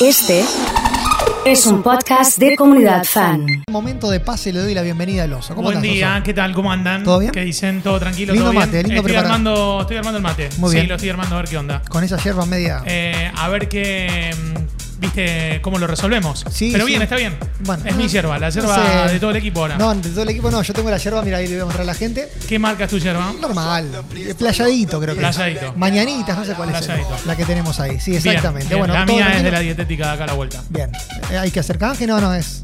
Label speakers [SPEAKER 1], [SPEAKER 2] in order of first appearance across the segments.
[SPEAKER 1] Este es un podcast de comunidad fan.
[SPEAKER 2] Momento de pase, le doy la bienvenida al oso. ¿Cómo
[SPEAKER 3] Buen
[SPEAKER 2] estás,
[SPEAKER 3] día,
[SPEAKER 2] Oso?
[SPEAKER 3] ¿qué tal? ¿Cómo andan?
[SPEAKER 2] ¿Todo bien?
[SPEAKER 3] ¿Qué dicen? ¿Todo tranquilo?
[SPEAKER 2] Lindo
[SPEAKER 3] ¿Todo bien?
[SPEAKER 2] mate, lindo
[SPEAKER 3] estoy,
[SPEAKER 2] preparado.
[SPEAKER 3] armando, estoy armando el mate.
[SPEAKER 2] Muy bien.
[SPEAKER 3] Sí, lo estoy armando a ver qué onda.
[SPEAKER 2] Con esa yerba media.
[SPEAKER 3] Eh, a ver qué. mm, ¿Viste cómo lo resolvemos?
[SPEAKER 2] Sí,
[SPEAKER 3] Pero
[SPEAKER 2] sí.
[SPEAKER 3] bien, está bien.
[SPEAKER 2] Bueno.
[SPEAKER 3] es mi yerba, la yerba
[SPEAKER 2] No sé.
[SPEAKER 3] de todo el equipo ahora.
[SPEAKER 2] No, de todo el equipo no. Yo tengo la yerba, mira, ahí le voy a mostrar a la gente.
[SPEAKER 3] ¿Qué marca es tu yerba?
[SPEAKER 2] Normal. eh, Playadito, creo que es.
[SPEAKER 3] Playadito.
[SPEAKER 2] Mañanitas, no sé cuál es. el-
[SPEAKER 3] Playadito.
[SPEAKER 2] La que tenemos ahí. Sí,
[SPEAKER 3] Bien,
[SPEAKER 2] exactamente.
[SPEAKER 3] bien.
[SPEAKER 2] Bueno,
[SPEAKER 3] la
[SPEAKER 2] todo
[SPEAKER 3] mía es
[SPEAKER 2] tranquilo.
[SPEAKER 3] de la dietética de acá a la vuelta.
[SPEAKER 2] Bien. Eh, ¿Hay que hacer canje? No, no, es.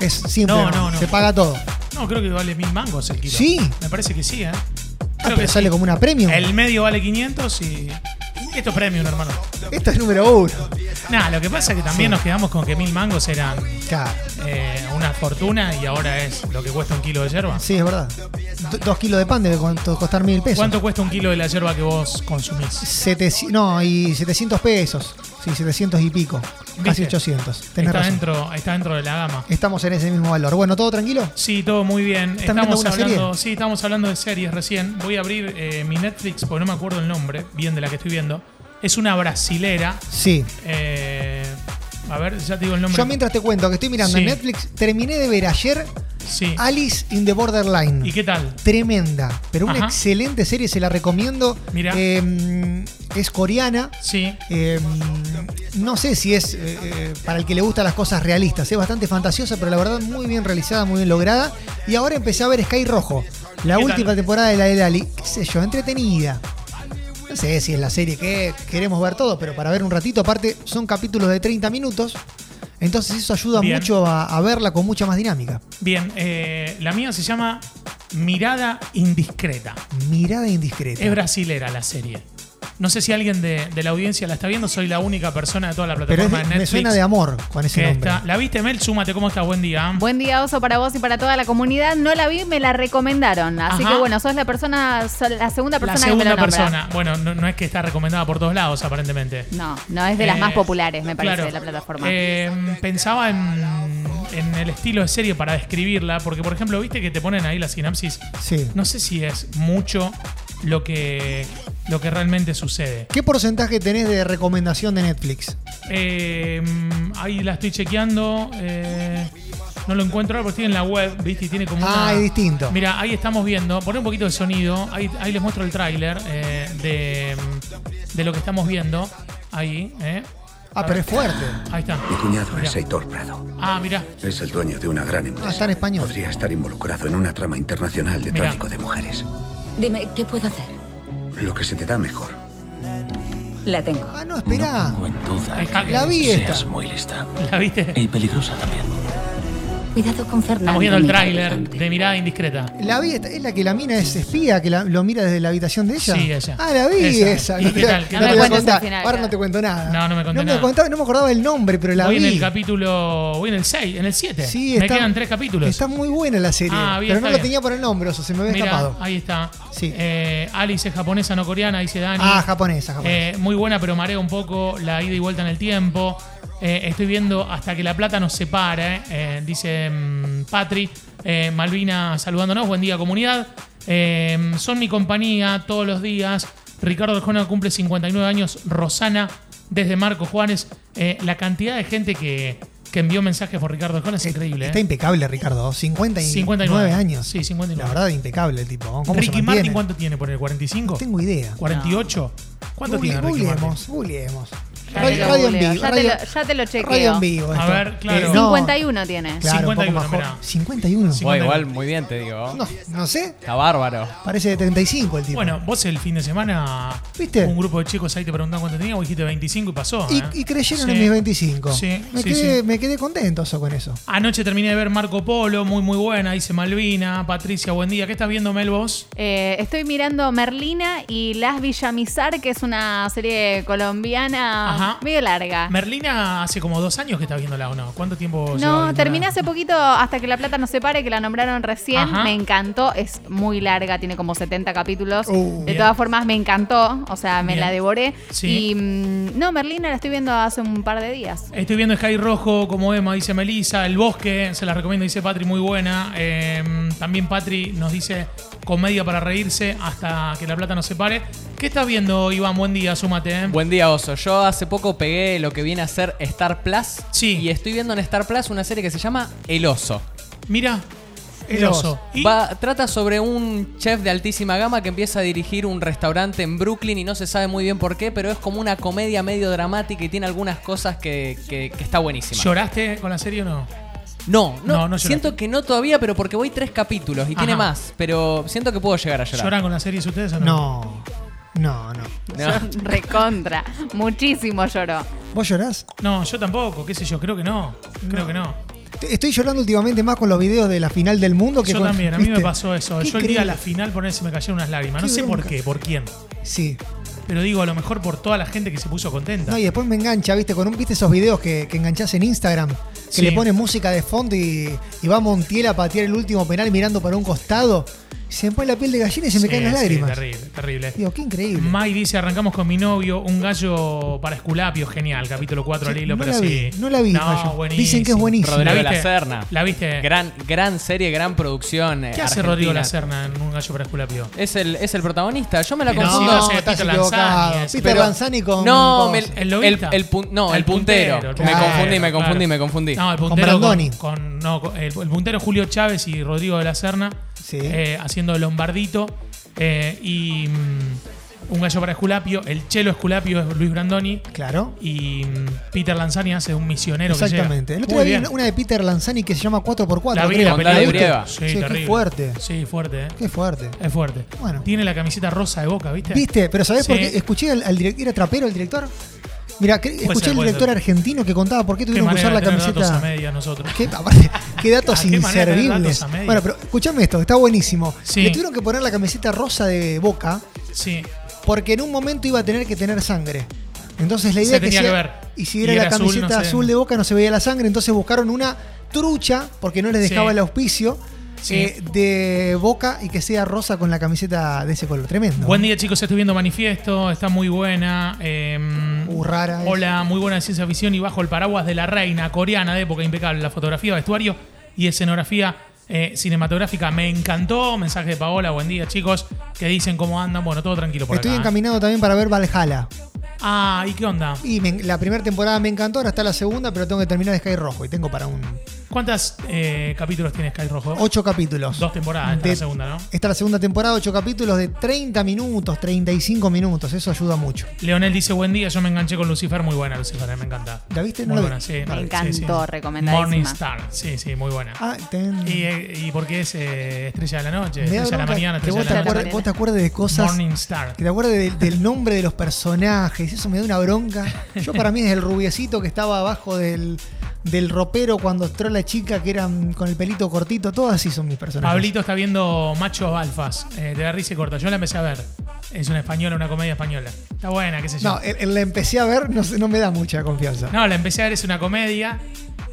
[SPEAKER 2] Es simple.
[SPEAKER 3] No, no, no.
[SPEAKER 2] Se paga todo. Ah,
[SPEAKER 3] No, creo que vale mil mangos el kilo.
[SPEAKER 2] Sí.
[SPEAKER 3] Me parece que sí, ¿eh?
[SPEAKER 2] Ah,
[SPEAKER 3] Creo
[SPEAKER 2] pero
[SPEAKER 3] que
[SPEAKER 2] sale
[SPEAKER 3] sí.
[SPEAKER 2] como una premium.
[SPEAKER 3] El medio vale 500 y. Esto es premium, hermano.
[SPEAKER 2] Esta es número uno.
[SPEAKER 3] Nada, lo que pasa es que también nos quedamos con que mil mangos eran
[SPEAKER 2] Claro.
[SPEAKER 3] eh, una fortuna y ahora es lo que cuesta un kilo de yerba.
[SPEAKER 2] Sí, es verdad. Do- dos kilos de pan debe co- costar mil pesos.
[SPEAKER 3] ¿Cuánto cuesta un kilo de la yerba que vos consumís?
[SPEAKER 2] Seteci- no, y 700 pesos. Sí, 700 y pico. Casi
[SPEAKER 3] ¿Viste?
[SPEAKER 2] 800. Tenés
[SPEAKER 3] Está
[SPEAKER 2] razón.
[SPEAKER 3] dentro, está dentro de la gama.
[SPEAKER 2] Estamos en ese mismo valor. Bueno, ¿todo tranquilo?
[SPEAKER 3] Sí, todo muy bien.
[SPEAKER 2] ¿Están viendo
[SPEAKER 3] Estamos
[SPEAKER 2] alguna
[SPEAKER 3] hablando, sí, estamos hablando de series recién. Voy a abrir eh, mi Netflix porque no me acuerdo el nombre bien de la que estoy viendo. Es una brasilera.
[SPEAKER 2] Sí.
[SPEAKER 3] eh, a ver, ya te digo el nombre.
[SPEAKER 2] Yo mientras te cuento que estoy mirando
[SPEAKER 3] Sí.
[SPEAKER 2] en Netflix, terminé de ver ayer
[SPEAKER 3] Sí.
[SPEAKER 2] Alice in the Borderline.
[SPEAKER 3] ¿Y qué tal?
[SPEAKER 2] Tremenda, pero una
[SPEAKER 3] Ajá.
[SPEAKER 2] excelente serie, se la recomiendo.
[SPEAKER 3] Mirá.
[SPEAKER 2] Eh, es coreana.
[SPEAKER 3] Sí.
[SPEAKER 2] Eh, no sé si es eh, eh, para el que le gustan las cosas realistas. Es bastante fantasiosa, pero la verdad muy bien realizada, muy bien lograda. Y ahora empecé a ver Sky Rojo, la
[SPEAKER 3] ¿Qué
[SPEAKER 2] última
[SPEAKER 3] tal?
[SPEAKER 2] temporada de la de Lali. ¿Qué sé yo? Entretenida. No sé si es la serie que queremos ver todo, pero para ver un ratito, aparte son capítulos de 30 minutos. Entonces eso ayuda
[SPEAKER 3] Bien.
[SPEAKER 2] mucho a, a verla con mucha más dinámica.
[SPEAKER 3] Bien, eh, la mía se llama Mirada Indiscreta.
[SPEAKER 2] Mirada indiscreta.
[SPEAKER 3] Es brasilera la serie. No sé si alguien de, de la audiencia la está viendo, soy la única persona de toda la
[SPEAKER 2] pero es de-
[SPEAKER 3] plataforma de
[SPEAKER 2] me
[SPEAKER 3] Netflix.
[SPEAKER 2] suena de amor con ese
[SPEAKER 3] que
[SPEAKER 2] nombre.
[SPEAKER 3] está- ¿La viste, Mel? Súmate, ¿cómo estás? Buen día.
[SPEAKER 4] Buen día, Oso, para vos y para toda la comunidad. No la vi, me la recomendaron. Así
[SPEAKER 3] Ajá.
[SPEAKER 4] que bueno, sos la persona, sos la segunda
[SPEAKER 3] la
[SPEAKER 4] persona que
[SPEAKER 3] segunda
[SPEAKER 4] me lo nombra.
[SPEAKER 3] persona. Bueno, no, no es que está recomendada por todos lados, aparentemente.
[SPEAKER 4] No, no es de las
[SPEAKER 3] Eh,
[SPEAKER 4] más populares, me parece,
[SPEAKER 3] claro.
[SPEAKER 4] de la plataforma.
[SPEAKER 3] Eh, pensaba en, en el estilo de serie para describirla, porque, por ejemplo, viste que te ponen ahí la sinapsis.
[SPEAKER 2] Sí.
[SPEAKER 3] No sé si es mucho lo que, lo que realmente sucede.
[SPEAKER 2] ¿Qué porcentaje tenés de recomendación de Netflix?
[SPEAKER 3] Eh, ahí la estoy chequeando. eh, no lo encuentro ahora porque estoy en la web, ¿viste? Y tiene como una.
[SPEAKER 2] Ah, es distinto.
[SPEAKER 3] Mira, ahí estamos viendo. Poné un poquito de sonido. Ahí, ahí les muestro el tráiler eh, de, de lo que estamos viendo. Ahí, ¿eh?
[SPEAKER 2] Ah, pero es fuerte.
[SPEAKER 3] Ahí está.
[SPEAKER 5] Mi cuñado es
[SPEAKER 3] Mirá.
[SPEAKER 5] Heitor Prado.
[SPEAKER 3] Ah, mira.
[SPEAKER 5] Es el dueño de una gran empresa.
[SPEAKER 2] Ah, está en español.
[SPEAKER 5] Podría estar involucrado en una trama internacional de
[SPEAKER 3] Mira.
[SPEAKER 5] tráfico de mujeres.
[SPEAKER 6] Dime, ¿qué puedo hacer?
[SPEAKER 5] Lo que se te da mejor.
[SPEAKER 6] La tengo.
[SPEAKER 2] Ah, no, espera.
[SPEAKER 7] No pongo en duda
[SPEAKER 3] Ahí está.
[SPEAKER 7] que
[SPEAKER 2] La vi
[SPEAKER 7] seas
[SPEAKER 2] esta.
[SPEAKER 7] muy lista.
[SPEAKER 3] ¿La viste?
[SPEAKER 7] Y peligrosa también.
[SPEAKER 6] Cuidado con Fernando.
[SPEAKER 3] Estamos viendo el
[SPEAKER 6] mi
[SPEAKER 3] tráiler
[SPEAKER 6] traficante.
[SPEAKER 3] de Mirada Indiscreta.
[SPEAKER 2] La vi, esta- es la que la mina es espía, que la- lo mira desde la habitación de ella.
[SPEAKER 3] Sí, ella.
[SPEAKER 2] Ah, la vi
[SPEAKER 3] Esa.
[SPEAKER 2] esa.
[SPEAKER 3] ¿Y
[SPEAKER 2] No
[SPEAKER 3] qué
[SPEAKER 2] te-
[SPEAKER 3] tal?
[SPEAKER 2] no
[SPEAKER 3] ¿Qué
[SPEAKER 2] te voy a
[SPEAKER 3] tal? No me
[SPEAKER 4] cuentes
[SPEAKER 2] contar.
[SPEAKER 4] el final,
[SPEAKER 2] Ahora
[SPEAKER 4] ya.
[SPEAKER 2] no te cuento nada.
[SPEAKER 3] No, no me conté
[SPEAKER 2] no
[SPEAKER 3] nada.
[SPEAKER 2] contaba- no me acordaba el nombre, pero la
[SPEAKER 3] Voy en
[SPEAKER 2] vi.
[SPEAKER 3] el capítulo. Voy en el 6, en el 7.
[SPEAKER 2] Sí,
[SPEAKER 3] Me
[SPEAKER 2] está-
[SPEAKER 3] quedan tres capítulos.
[SPEAKER 2] Está muy buena la serie.
[SPEAKER 3] Ah, bien,
[SPEAKER 2] pero no
[SPEAKER 3] está
[SPEAKER 2] lo
[SPEAKER 3] bien.
[SPEAKER 2] tenía por el nombre, o sea, se me había
[SPEAKER 3] Mirá,
[SPEAKER 2] escapado.
[SPEAKER 3] ahí está.
[SPEAKER 2] Sí.
[SPEAKER 3] Eh, Alice es japonesa, no coreana, dice Dani.
[SPEAKER 2] Ah, japonesa, japonesa.
[SPEAKER 3] Eh, muy buena, pero marea un poco la ida y vuelta en el tiempo. Eh, estoy viendo hasta que la plata nos separe, eh, dice mm, Patri. Eh, Malvina saludándonos, buen día comunidad. Eh, son mi compañía todos los días. Ricardo Arjona cumple 59 años. Rosana, desde Marco Juárez. Eh, la cantidad de gente que, que envió mensajes por Ricardo Arjona es increíble.
[SPEAKER 2] Está
[SPEAKER 3] eh.
[SPEAKER 2] impecable, Ricardo. 59,
[SPEAKER 3] 59
[SPEAKER 2] años.
[SPEAKER 3] Sí, 59.
[SPEAKER 2] La verdad, impecable el tipo. ¿Cómo se
[SPEAKER 3] Ricky
[SPEAKER 2] mantiene?
[SPEAKER 3] Martin, ¿cuánto tiene por el 45?
[SPEAKER 2] No tengo idea.
[SPEAKER 3] ¿48? ¿Cuánto
[SPEAKER 2] Google-
[SPEAKER 3] tiene Ricky Martin?
[SPEAKER 2] googleemos, googleemos.
[SPEAKER 4] Ya
[SPEAKER 2] Radio-
[SPEAKER 4] te lo
[SPEAKER 2] Radio en
[SPEAKER 4] googleo,
[SPEAKER 2] vivo.
[SPEAKER 4] ya, te
[SPEAKER 2] radio-
[SPEAKER 4] lo, ya te lo chequeo.
[SPEAKER 2] Radio en vivo.
[SPEAKER 3] A
[SPEAKER 2] esto. Eh,
[SPEAKER 3] ver, claro.
[SPEAKER 2] no,
[SPEAKER 4] 51 tiene.
[SPEAKER 2] Claro, un poco
[SPEAKER 3] 51,
[SPEAKER 2] más joven.
[SPEAKER 3] mirá.
[SPEAKER 2] 51.
[SPEAKER 3] Sí.
[SPEAKER 8] Bueno, igual muy bien te digo.
[SPEAKER 2] No, no sé.
[SPEAKER 8] Está bárbaro.
[SPEAKER 2] Parece de 35 el tipo.
[SPEAKER 3] Bueno, vos el fin de semana.
[SPEAKER 2] ¿Viste?
[SPEAKER 3] Un grupo de chicos ahí te preguntaban cuánto tenía, vos dijiste 25 y pasó.
[SPEAKER 2] y,
[SPEAKER 3] ¿eh?
[SPEAKER 2] y creyeron
[SPEAKER 3] Sí.
[SPEAKER 2] en mis 25.
[SPEAKER 3] Sí,
[SPEAKER 2] me,
[SPEAKER 3] sí,
[SPEAKER 2] quedé,
[SPEAKER 3] sí.
[SPEAKER 2] me quedé contento eso con eso.
[SPEAKER 3] Anoche terminé de ver Marco Polo, muy muy buena, dice Malvina, Patricia, buen día. ¿Qué estás viendo, Mel, vos?
[SPEAKER 4] Eh, estoy mirando Merlina y Las Villamizar, que es una serie colombiana
[SPEAKER 3] Ajá.
[SPEAKER 4] medio larga.
[SPEAKER 3] Merlina hace como dos años que estás viéndola o no. ¿Cuánto tiempo lleva
[SPEAKER 4] No,
[SPEAKER 3] viéndola?
[SPEAKER 4] terminé hace poquito hasta que La Plata no se pare, que la nombraron recién.
[SPEAKER 3] Ajá.
[SPEAKER 4] Me encantó, es muy larga, tiene como 70 capítulos.
[SPEAKER 2] Uh.
[SPEAKER 4] de
[SPEAKER 3] Bien.
[SPEAKER 4] todas formas, me encantó, o sea, me
[SPEAKER 3] Bien.
[SPEAKER 4] la devoré.
[SPEAKER 3] Sí.
[SPEAKER 4] Y mm, no, Merlina la estoy viendo hace un par de días.
[SPEAKER 3] Estoy viendo Sky Rojo, como Emma, dice Melissa, El Bosque, se la recomiendo, dice Patri, muy buena. Em, Eh, también Patri nos dice comedia para reírse hasta que la plata nos separe. ¿Qué estás viendo, Iván? Buen día, súmate. ¿eh?
[SPEAKER 7] Buen día, Oso. Yo hace poco pegué lo que viene a ser Star Plus.
[SPEAKER 3] Sí.
[SPEAKER 7] Y estoy viendo en Star Plus una serie que se llama El Oso.
[SPEAKER 3] Mira, el
[SPEAKER 2] Mirá vos.
[SPEAKER 3] oso. Y-
[SPEAKER 7] Va- trata sobre un chef de altísima gama que empieza a dirigir un restaurante en Brooklyn y no se sabe muy bien por qué, pero es como una comedia medio dramática y tiene algunas cosas que, que- que está buenísima.
[SPEAKER 3] ¿Lloraste con la serie o no?
[SPEAKER 7] no, no,
[SPEAKER 3] No, no lloraste.
[SPEAKER 7] siento que no todavía, pero porque voy tres capítulos y
[SPEAKER 3] Ajá.
[SPEAKER 7] tiene más, pero siento que puedo llegar a llorar.
[SPEAKER 3] ¿Lloran con la serie ustedes o no?
[SPEAKER 2] No, no, no.
[SPEAKER 7] No.
[SPEAKER 4] Recontra. Muchísimo lloró.
[SPEAKER 2] ¿Vos llorás?
[SPEAKER 3] No, yo tampoco, qué sé yo, creo que no. Creo que no.
[SPEAKER 2] Te- Estoy llorando últimamente más con los videos de la final del mundo que
[SPEAKER 3] Yo
[SPEAKER 2] con-
[SPEAKER 3] también, a mí me
[SPEAKER 2] ¿viste?
[SPEAKER 3] pasó eso.
[SPEAKER 2] Qué
[SPEAKER 3] Yo el día de la
[SPEAKER 2] increíble.
[SPEAKER 3] final por ahí se me cayeron unas lágrimas. No
[SPEAKER 2] Qué
[SPEAKER 3] sé por
[SPEAKER 2] bronca.
[SPEAKER 3] qué, por quién.
[SPEAKER 2] Sí.
[SPEAKER 3] Pero digo, a lo mejor por toda la gente que se puso contenta.
[SPEAKER 2] No, y después me engancha, ¿viste? Con un, ¿viste esos videos que, que enganchás en Instagram? Que
[SPEAKER 3] Sí.
[SPEAKER 2] le pones música de fondo y, y va Montiel a patear el último penal mirando para un costado. Se me pone la piel de gallina y se me
[SPEAKER 3] Sí,
[SPEAKER 2] caen las
[SPEAKER 3] Eh, sí,
[SPEAKER 2] lágrimas.
[SPEAKER 3] terrible, terrible.
[SPEAKER 2] Digo, qué increíble.
[SPEAKER 3] Mai dice, arrancamos con mi novio, un gallo para Esculapio, genial, capítulo 4 al
[SPEAKER 2] Sí,
[SPEAKER 3] hilo,
[SPEAKER 2] no
[SPEAKER 3] pero
[SPEAKER 2] la
[SPEAKER 3] sí.
[SPEAKER 2] vi, no la vi, Mayo. Dicen que es buenísimo.
[SPEAKER 7] Rodrigo
[SPEAKER 3] ¿La viste?
[SPEAKER 7] Lacerna.
[SPEAKER 3] ¿La viste?
[SPEAKER 7] Gran, gran serie, gran producción. eh,
[SPEAKER 3] ¿Qué hace Rodrigo Lacerna en un gallo para Esculapio?
[SPEAKER 7] Es el, es el protagonista. Yo me la
[SPEAKER 3] No,
[SPEAKER 7] confundo.
[SPEAKER 3] no sé, Peter Lanzani, es-
[SPEAKER 2] Peter
[SPEAKER 7] pero-
[SPEAKER 2] Lanzani con.
[SPEAKER 7] No,
[SPEAKER 2] con-
[SPEAKER 7] me-
[SPEAKER 3] ¿El lobista?
[SPEAKER 7] El, el pun- no, el, puntero.
[SPEAKER 3] el
[SPEAKER 7] Me
[SPEAKER 2] puntero,
[SPEAKER 7] confundí, me
[SPEAKER 3] claro.
[SPEAKER 7] confundí, me confundí.
[SPEAKER 3] No, el
[SPEAKER 2] Con
[SPEAKER 3] puntero. Con
[SPEAKER 2] Brandoni.
[SPEAKER 3] con- no, con- el, el puntero Julio Chávez y Rodrigo de la Serna
[SPEAKER 2] Sí.
[SPEAKER 3] eh, haciendo Lombardito. eh, y mm, un gallo para Esculapio. El chelo Esculapio es Luis Brandoni.
[SPEAKER 2] Claro.
[SPEAKER 3] Y mm, Peter Lanzani hace un misionero que llega.
[SPEAKER 2] Exactamente. El otro
[SPEAKER 3] Muy
[SPEAKER 2] día vi
[SPEAKER 3] bien.
[SPEAKER 2] una de Peter Lanzani que se llama 4x4.
[SPEAKER 3] La vi,
[SPEAKER 2] creo.
[SPEAKER 3] la
[SPEAKER 7] Con Dani
[SPEAKER 3] película.
[SPEAKER 7] Brieva.
[SPEAKER 3] Sí,
[SPEAKER 2] Sí, qué
[SPEAKER 3] terrible.
[SPEAKER 2] fuerte.
[SPEAKER 3] Sí, fuerte, eh.
[SPEAKER 2] Qué fuerte.
[SPEAKER 3] Es fuerte.
[SPEAKER 2] Bueno.
[SPEAKER 3] Tiene la camiseta rosa de boca, ¿viste?
[SPEAKER 2] ¿Viste? Pero ¿sabés
[SPEAKER 3] Sí.
[SPEAKER 2] por qué? Escuché al, director. ¿Era trapero el director? Mira, escuché
[SPEAKER 3] ser,
[SPEAKER 2] al
[SPEAKER 3] puede
[SPEAKER 2] director
[SPEAKER 3] ser.
[SPEAKER 2] argentino que contaba por qué
[SPEAKER 3] Qué
[SPEAKER 2] tuvieron que
[SPEAKER 3] manera
[SPEAKER 2] usar
[SPEAKER 3] de
[SPEAKER 2] la
[SPEAKER 3] tener datos a
[SPEAKER 2] camiseta.
[SPEAKER 3] medias nosotros.
[SPEAKER 2] Qué, aparte, qué datos
[SPEAKER 3] ¿A qué manera de tener
[SPEAKER 2] inservibles.
[SPEAKER 3] datos a medias?
[SPEAKER 2] bueno, pero escuchame esto, está buenísimo.
[SPEAKER 3] Sí.
[SPEAKER 2] Le tuvieron que poner la camiseta rosa de boca
[SPEAKER 3] Sí.
[SPEAKER 2] porque en un momento iba a tener que tener sangre. Entonces la
[SPEAKER 3] Se
[SPEAKER 2] idea que,
[SPEAKER 3] tenía
[SPEAKER 2] sea-
[SPEAKER 3] que ver.
[SPEAKER 2] y si
[SPEAKER 3] Y
[SPEAKER 2] era
[SPEAKER 3] era
[SPEAKER 2] la
[SPEAKER 3] azul,
[SPEAKER 2] camiseta
[SPEAKER 3] no
[SPEAKER 2] azul,
[SPEAKER 3] sé.
[SPEAKER 2] de boca no se veía la sangre, entonces buscaron una trucha porque no les
[SPEAKER 3] Sí.
[SPEAKER 2] dejaba el auspicio
[SPEAKER 3] Sí.
[SPEAKER 2] eh, de boca y que sea rosa con la camiseta de ese color. Tremendo.
[SPEAKER 3] Buen día, chicos. Estoy viendo Manifiesto. Está muy buena. Eh,
[SPEAKER 2] Uh, rara es.
[SPEAKER 3] Hola, muy buena de ciencia ficción y bajo el paraguas de la reina coreana de época impecable. La fotografía, vestuario y escenografía eh, cinematográfica me encantó. Mensaje de Paola, buen día, chicos. ¿Qué dicen? ¿Cómo andan? Bueno, todo tranquilo por
[SPEAKER 2] Estoy
[SPEAKER 3] acá. ¿eh?
[SPEAKER 2] encaminado también para ver Valhalla.
[SPEAKER 3] Ah, ¿y qué onda?
[SPEAKER 2] Y me- la primera temporada me encantó, ahora está la segunda, pero tengo que terminar Sky Rojo y tengo para un
[SPEAKER 3] ¿Cuántos eh, capítulos tiene Sky Rojo?
[SPEAKER 2] ocho capítulos.
[SPEAKER 3] Dos temporadas, esta es
[SPEAKER 2] De-
[SPEAKER 3] la segunda, ¿no?
[SPEAKER 2] Está la segunda temporada, ocho capítulos de 30 minutos, 35 minutos, eso ayuda mucho.
[SPEAKER 3] Leonel dice buen día, yo me enganché con Lucifer, muy buena Lucifer, eh, me encanta.
[SPEAKER 2] ¿La viste?
[SPEAKER 3] Muy
[SPEAKER 2] No la vi.
[SPEAKER 3] buena, sí.
[SPEAKER 4] Me
[SPEAKER 3] sí, sí.
[SPEAKER 4] encantó, recomendadísima.
[SPEAKER 3] Morningstar, sí, sí, muy buena.
[SPEAKER 2] Ah, ten-
[SPEAKER 3] ¿Y, eh, y por qué es eh, Estrella de la Noche?
[SPEAKER 2] me da
[SPEAKER 3] Estrella de la
[SPEAKER 2] bronca
[SPEAKER 3] Mañana,
[SPEAKER 2] que
[SPEAKER 3] Estrella
[SPEAKER 2] vos
[SPEAKER 3] de
[SPEAKER 2] te,
[SPEAKER 3] la
[SPEAKER 4] mañana.
[SPEAKER 2] acuerdes, vos te acuerdes de cosas,
[SPEAKER 3] Morningstar.
[SPEAKER 2] que te acuerdes del, del nombre de los personajes, eso me da una bronca. Yo para mí es el rubiecito que estaba abajo del, del ropero cuando entró la chica que eran con el pelito cortito, todas así son mis personajes.
[SPEAKER 3] Pablito está viendo Machos Alfas, eh, de la risa y corta. Yo la empecé a ver. Es una española, una comedia española. Está buena, qué sé yo.
[SPEAKER 2] No, eh. el- el- la empecé a ver, no, sé, no me da mucha confianza.
[SPEAKER 3] No, la empecé a ver, es una comedia.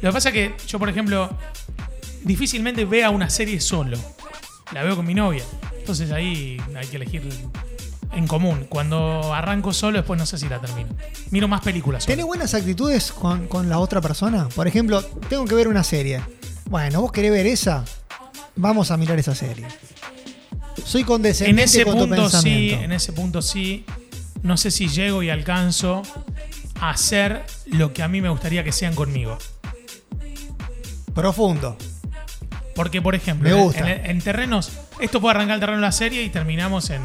[SPEAKER 3] Lo que pasa es que yo, por ejemplo, difícilmente vea una serie solo. La veo con mi novia. Entonces ahí hay que elegir en común. Cuando arranco solo, después no sé si la termino. Miro más películas. solo.
[SPEAKER 2] ¿Tenés buenas actitudes con, con la otra persona? Por ejemplo, tengo que ver una serie. Bueno, vos querés ver esa, vamos a mirar esa serie. Soy
[SPEAKER 3] En
[SPEAKER 2] condescendiente
[SPEAKER 3] ese
[SPEAKER 2] con tu
[SPEAKER 3] punto sí,
[SPEAKER 2] pensamiento.
[SPEAKER 3] en ese punto sí. No sé si llego y alcanzo a hacer lo que a mí me gustaría que sean conmigo.
[SPEAKER 2] Profundo.
[SPEAKER 3] Porque, por ejemplo,
[SPEAKER 2] Me
[SPEAKER 3] en-
[SPEAKER 2] gusta.
[SPEAKER 3] En, en terrenos, esto puede arrancar el terreno de la serie y terminamos en,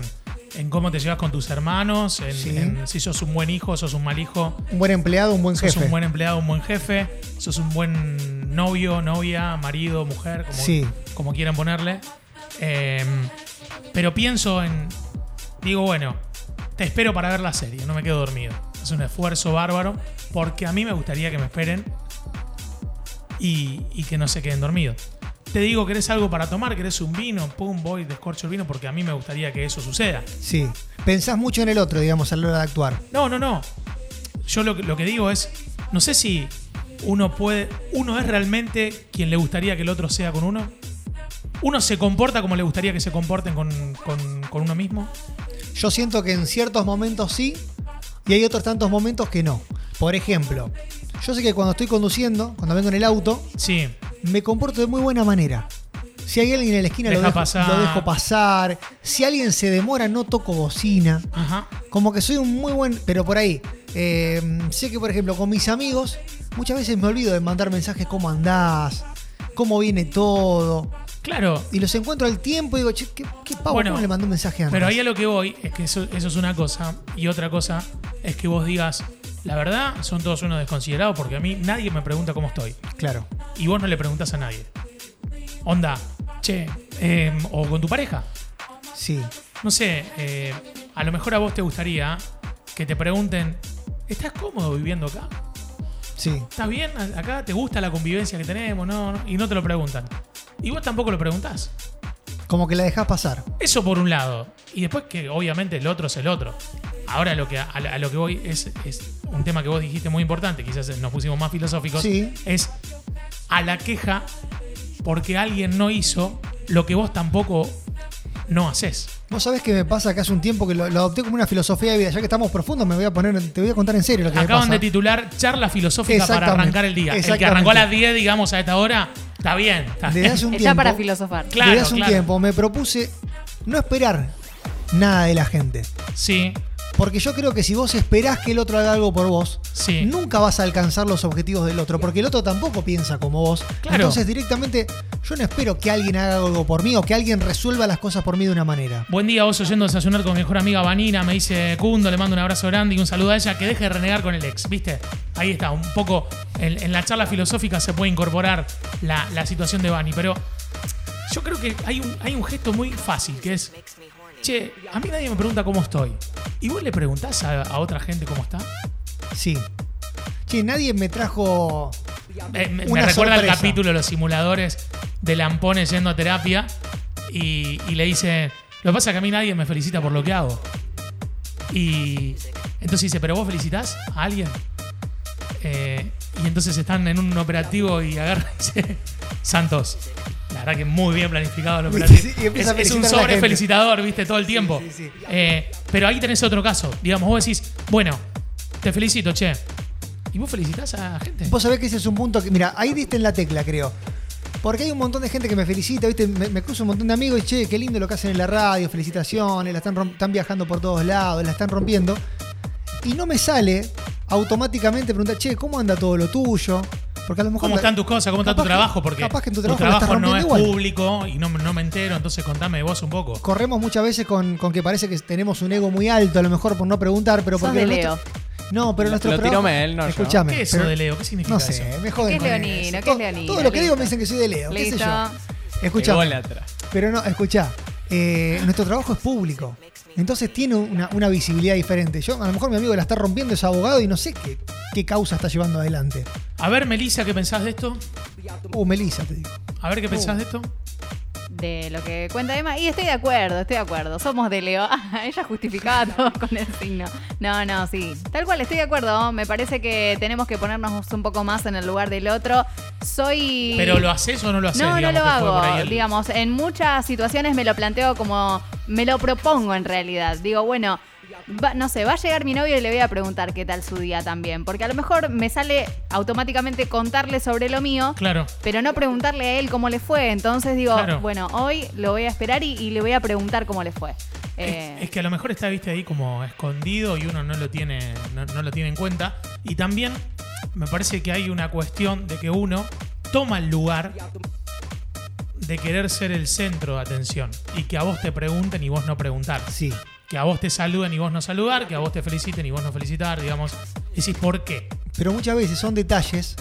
[SPEAKER 3] en cómo te llevas con tus hermanos, en,
[SPEAKER 2] Sí.
[SPEAKER 3] en si sos un buen hijo, sos un mal hijo,
[SPEAKER 2] Un buen empleado, un buen
[SPEAKER 3] sos
[SPEAKER 2] jefe.
[SPEAKER 3] un buen empleado, un buen jefe, sos un buen novio, novia, marido, mujer, como,
[SPEAKER 2] Sí.
[SPEAKER 3] como quieran ponerle. Eh, pero pienso en, digo, bueno, te espero para ver la serie, no me quedo dormido. Es un esfuerzo bárbaro porque a mí me gustaría que me esperen y, y que no se queden dormidos. Te digo, ¿querés algo para tomar? ¿Querés un vino? Pum, voy, descorcho el vino porque a mí me gustaría que eso suceda.
[SPEAKER 2] Sí. Pensás mucho en el otro, digamos, a la hora de actuar.
[SPEAKER 3] No, no, no. Yo lo, que- lo que digo es, no sé si uno puede, uno es realmente quien le gustaría que el otro sea con uno. Uno se comporta como le gustaría que se comporten con, con- con uno mismo.
[SPEAKER 2] Yo siento que en ciertos momentos sí y hay otros tantos momentos que no. Por ejemplo, yo sé que cuando estoy conduciendo, cuando vengo en el auto,
[SPEAKER 3] Sí,
[SPEAKER 2] me comporto de muy buena manera. Si hay alguien en la esquina, lo
[SPEAKER 3] Deja
[SPEAKER 2] dejo,
[SPEAKER 3] pasar.
[SPEAKER 2] lo dejo pasar. Si alguien se demora, no toco bocina.
[SPEAKER 3] Ajá.
[SPEAKER 2] Como que soy un muy buen. Pero por ahí. eh, sé que, por ejemplo, con mis amigos, muchas veces me olvido de mandar mensajes: ¿Cómo andás? ¿Cómo viene todo?
[SPEAKER 3] Claro.
[SPEAKER 2] Y los encuentro al tiempo y digo, che, qué, qué pavo,
[SPEAKER 3] Bueno,
[SPEAKER 2] ¿cómo le mandé un mensaje antes?
[SPEAKER 3] Pero ahí a lo que voy es que eso, eso es una cosa. Y otra cosa es que vos digas, la verdad, son todos unos desconsiderados porque a mí nadie me pregunta cómo estoy.
[SPEAKER 2] Claro.
[SPEAKER 3] Y vos no le preguntás a nadie. Onda, che, eh, o con tu pareja.
[SPEAKER 2] Sí.
[SPEAKER 3] No sé, eh, a lo mejor a vos te gustaría que te pregunten, ¿estás cómodo viviendo acá?
[SPEAKER 2] Sí.
[SPEAKER 3] ¿Estás bien acá? ¿Te gusta la convivencia que tenemos? No, no, y no te lo preguntan. Y vos tampoco lo preguntás.
[SPEAKER 2] Como que la dejás pasar.
[SPEAKER 3] Eso por un lado. Y después que obviamente el otro es el otro. Ahora lo que, a, a lo que voy es, es un tema que vos dijiste muy importante, quizás nos pusimos más filosóficos,
[SPEAKER 2] Sí.
[SPEAKER 3] es a la queja porque alguien no hizo lo que vos tampoco no haces.
[SPEAKER 2] Vos sabés que me pasa que hace un tiempo que lo, lo adopté como una filosofía de vida. Ya que estamos profundos, me voy a poner, te voy a contar en serio lo que me
[SPEAKER 3] Acaban
[SPEAKER 2] pasa.
[SPEAKER 3] de titular charla filosófica para
[SPEAKER 2] Exactamente.
[SPEAKER 3] arrancar el día. El que
[SPEAKER 2] Exactamente.
[SPEAKER 3] arrancó a las 10, digamos, a esta hora, está bien. Está
[SPEAKER 2] Desde hace un
[SPEAKER 4] Está
[SPEAKER 2] tiempo.
[SPEAKER 4] para filosofar.
[SPEAKER 3] Claro,
[SPEAKER 2] desde hace un
[SPEAKER 3] claro.
[SPEAKER 2] tiempo me propuse no esperar nada de la gente.
[SPEAKER 3] Sí,
[SPEAKER 2] Porque yo creo que si vos esperás que el otro haga algo por vos,
[SPEAKER 3] Sí.
[SPEAKER 2] nunca vas a alcanzar los objetivos del otro, porque el otro tampoco piensa como vos.
[SPEAKER 3] Claro.
[SPEAKER 2] Entonces directamente yo no espero que alguien haga algo por mí o que alguien resuelva las cosas por mí de una manera.
[SPEAKER 3] Buen día, oso yendo a desayunar con mi mejor amiga Vanina, me dice Cundo, le mando un abrazo grande y un saludo a ella, que deje de renegar con el ex, ¿viste? Ahí está, un poco en, en la charla filosófica se puede incorporar la, la situación de Vani, pero yo creo que hay un, hay un gesto muy fácil, que es, che, a mí nadie me pregunta cómo estoy. ¿Y vos le preguntás a, a otra gente cómo está?
[SPEAKER 2] Sí. Che, nadie me trajo
[SPEAKER 3] Eh, me, me
[SPEAKER 2] Una
[SPEAKER 3] recuerda el
[SPEAKER 2] sorpresa.
[SPEAKER 3] capítulo de los simuladores de Lampones yendo a terapia y, y le dice, lo que pasa es que a mí nadie me felicita por lo que hago. Y entonces dice, pero vos felicitas a alguien. Eh, y entonces están en un operativo y agarra y dice, Santos, la verdad que muy bien planificado el operativo.
[SPEAKER 2] Sí, sí, y
[SPEAKER 3] es,
[SPEAKER 2] empieza a
[SPEAKER 3] es un
[SPEAKER 2] felicitar a la
[SPEAKER 3] sobre
[SPEAKER 2] gente.
[SPEAKER 3] felicitador, viste, todo el tiempo.
[SPEAKER 2] sí, sí.
[SPEAKER 3] Eh, pero ahí tenés otro caso. Digamos, vos decís, bueno, te felicito, che. ¿Y vos felicitas a gente?
[SPEAKER 2] Vos sabés que ese es un punto que. Mira, ahí diste en la tecla, creo. Porque hay un montón de gente que me felicita, ¿viste? Me, me cruzo un montón de amigos y che, qué lindo lo que hacen en la radio, felicitaciones, la están, rom- están viajando por todos lados, la están rompiendo. Y no me sale automáticamente preguntar, che, ¿cómo anda todo lo tuyo? Porque a lo mejor.
[SPEAKER 3] ¿Cómo están tus cosas? ¿Cómo está tu
[SPEAKER 2] Capaz que-
[SPEAKER 3] trabajo? Porque
[SPEAKER 2] capaz que en tu
[SPEAKER 3] tu
[SPEAKER 2] trabajo
[SPEAKER 3] trabajo,
[SPEAKER 2] la estás
[SPEAKER 3] no es
[SPEAKER 2] rompiendo igual.
[SPEAKER 3] público y no, no me entero, entonces contame vos un poco.
[SPEAKER 2] Corremos muchas veces con, con que parece que tenemos un ego muy alto, a lo mejor por no preguntar, pero
[SPEAKER 4] Sos
[SPEAKER 2] porque.
[SPEAKER 4] de
[SPEAKER 2] nuestro-
[SPEAKER 4] Leo.
[SPEAKER 2] No, pero
[SPEAKER 7] Lo-
[SPEAKER 2] nuestro
[SPEAKER 7] lo tiró
[SPEAKER 2] programa-
[SPEAKER 7] Mel, no yo.
[SPEAKER 2] Escuchame,
[SPEAKER 3] ¿Qué es eso
[SPEAKER 2] pero-
[SPEAKER 3] de Leo? este ¿Qué significa
[SPEAKER 2] No
[SPEAKER 3] eso?
[SPEAKER 2] sé, me joden
[SPEAKER 4] ¿Qué es leonino?
[SPEAKER 2] con eso.
[SPEAKER 4] ¿Qué es
[SPEAKER 2] Todo-
[SPEAKER 4] leonino?
[SPEAKER 2] Todo lo que digo
[SPEAKER 4] Listo.
[SPEAKER 2] me dicen que soy de Leo, qué sé
[SPEAKER 4] Listo.
[SPEAKER 2] yo. Escuchame.
[SPEAKER 7] Ególatra.
[SPEAKER 2] Pero no, escuchá, eh, nuestro trabajo es público. Entonces tiene una, una visibilidad diferente. Yo, a lo mejor mi amigo la está rompiendo, es abogado y no sé qué, qué causa está llevando adelante.
[SPEAKER 3] A ver, Melissa, ¿qué pensás de esto?
[SPEAKER 2] Uh, Melissa, te digo.
[SPEAKER 3] A ver, ¿qué pensás de esto?
[SPEAKER 4] De lo que cuenta Emma. Y estoy de acuerdo, estoy de acuerdo. Somos de Leo. Ah, Ella justificaba todo con el signo. No, no, sí. Tal cual, estoy de acuerdo. Me parece que tenemos que ponernos un poco más en el lugar del otro. Soy.
[SPEAKER 3] ¿Pero lo haces o no lo haces?
[SPEAKER 4] No, no
[SPEAKER 3] digamos,
[SPEAKER 4] lo
[SPEAKER 3] que fue por ahí
[SPEAKER 4] hago.
[SPEAKER 3] el-
[SPEAKER 4] Digamos, en muchas situaciones me lo planteo como. Me lo propongo en realidad. Digo, bueno, va- no sé, va a llegar mi novio y le voy a preguntar qué tal su día también. Porque a lo mejor me sale automáticamente contarle sobre lo mío.
[SPEAKER 3] Claro.
[SPEAKER 4] Pero no preguntarle a él cómo le fue. Entonces digo,
[SPEAKER 3] Claro.
[SPEAKER 4] bueno, hoy lo voy a esperar y, y le voy a preguntar cómo le fue. Eh,
[SPEAKER 3] Es, es que a lo mejor está, viste, ahí como escondido y uno no lo tiene, no, no lo tiene en cuenta. Y también me parece que hay una cuestión de que uno toma el lugar de querer ser el centro de atención y que a vos te pregunten y vos no preguntar.
[SPEAKER 2] Sí.
[SPEAKER 3] que a vos te saluden y vos no saludar, que a vos te feliciten y vos no felicitar, digamos. Decís, ¿por qué?
[SPEAKER 2] Pero muchas veces son detalles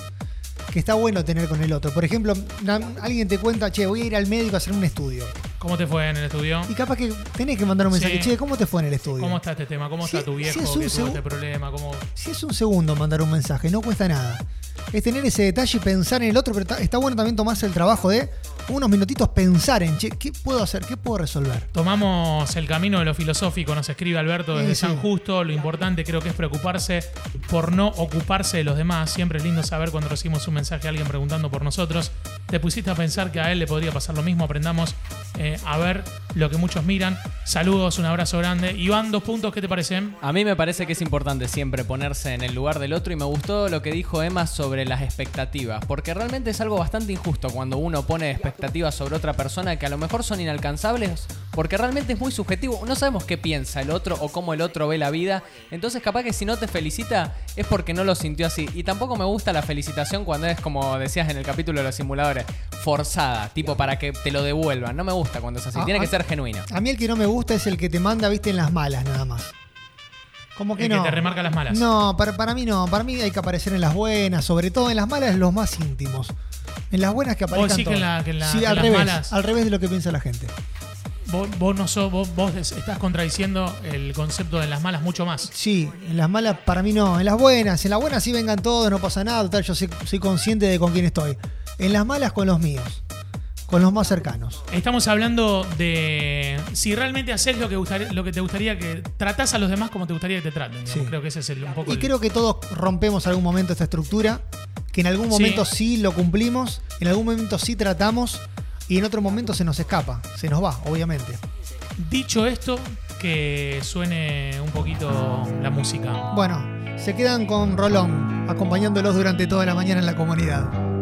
[SPEAKER 2] que está bueno tener con el otro. Por ejemplo, na- alguien te cuenta, che, voy a ir al médico a hacer un estudio.
[SPEAKER 3] ¿Cómo te fue en el estudio?
[SPEAKER 2] Y capaz que tenés que mandar un
[SPEAKER 3] Sí.
[SPEAKER 2] mensaje, che, ¿cómo te fue en el estudio?
[SPEAKER 3] ¿Cómo está este tema? ¿Cómo
[SPEAKER 2] Si-
[SPEAKER 3] está tu
[SPEAKER 2] si
[SPEAKER 3] viejo
[SPEAKER 2] es un
[SPEAKER 3] que tuvo
[SPEAKER 2] segu-
[SPEAKER 3] este problema? ¿Cómo...
[SPEAKER 2] Si es un segundo mandar un mensaje, no cuesta nada. Es tener ese detalle y pensar en el otro, pero está, está bueno también tomarse el trabajo de unos minutitos pensar en, che, ¿qué puedo hacer? ¿Qué puedo resolver?
[SPEAKER 3] Tomamos el camino de lo filosófico, nos escribe Alberto
[SPEAKER 2] Sí,
[SPEAKER 3] desde
[SPEAKER 2] sí.
[SPEAKER 3] San Justo. Lo importante creo que es preocuparse por no ocuparse de los demás. Siempre es lindo saber cuando recibimos un mensaje a alguien preguntando por nosotros. Te pusiste a pensar que a él le podría pasar lo mismo. Aprendamos eh, a ver lo que muchos miran. Saludos, un abrazo grande. Iván, dos puntos, ¿qué te parecen?
[SPEAKER 7] A mí me parece que es importante siempre ponerse en el lugar del otro y me gustó lo que dijo Emma sobre sobre las expectativas, porque realmente es algo bastante injusto cuando uno pone expectativas sobre otra persona que a lo mejor son inalcanzables, porque realmente es muy subjetivo, no sabemos qué piensa el otro o cómo el otro ve la vida, entonces capaz que si no te felicita es porque no lo sintió así, y tampoco me gusta la felicitación cuando es como decías en el capítulo de los simuladores, forzada, tipo para que te lo devuelvan, no me gusta cuando es así,
[SPEAKER 2] Ah,
[SPEAKER 7] tiene que
[SPEAKER 2] ah.
[SPEAKER 7] ser genuino.
[SPEAKER 2] A mí el que no me gusta es el que te manda, viste, en las malas nada más. Como que
[SPEAKER 3] El que
[SPEAKER 2] no.
[SPEAKER 3] te remarca las malas.
[SPEAKER 2] No, para, para mí no. Para mí hay que aparecer en las buenas, sobre todo en las malas, los más íntimos. En las buenas que aparezcan
[SPEAKER 3] decís que en
[SPEAKER 2] todos.
[SPEAKER 3] la- que en la-
[SPEAKER 2] Sí,
[SPEAKER 3] que en
[SPEAKER 2] al
[SPEAKER 3] las
[SPEAKER 2] revés.
[SPEAKER 3] malas.
[SPEAKER 2] Al revés de lo que piensa la gente.
[SPEAKER 3] Vos, vos no sos- vos, vos des- estás contradiciendo el concepto de las malas mucho más.
[SPEAKER 2] Sí, en las malas para mí no. En las buenas, en las buenas sí vengan todos, no pasa nada, total, yo soy, soy consciente de con quién estoy. En las malas con los míos, con los más cercanos.
[SPEAKER 3] Estamos hablando de si realmente haces lo que, gustar- lo que te gustaría que tratás a los demás como te gustaría que te traten. digamos.
[SPEAKER 2] Sí.
[SPEAKER 3] Creo que ese es el, un poco
[SPEAKER 2] Y
[SPEAKER 3] el-
[SPEAKER 2] creo que todos rompemos algún momento esta estructura, que en algún momento sí lo cumplimos, en algún momento sí tratamos y en otro momento se nos escapa, se nos va, obviamente.
[SPEAKER 3] Dicho esto, que suene un poquito la música.
[SPEAKER 2] Bueno, se quedan con Rolón, acompañándolos durante toda la mañana en la comunidad.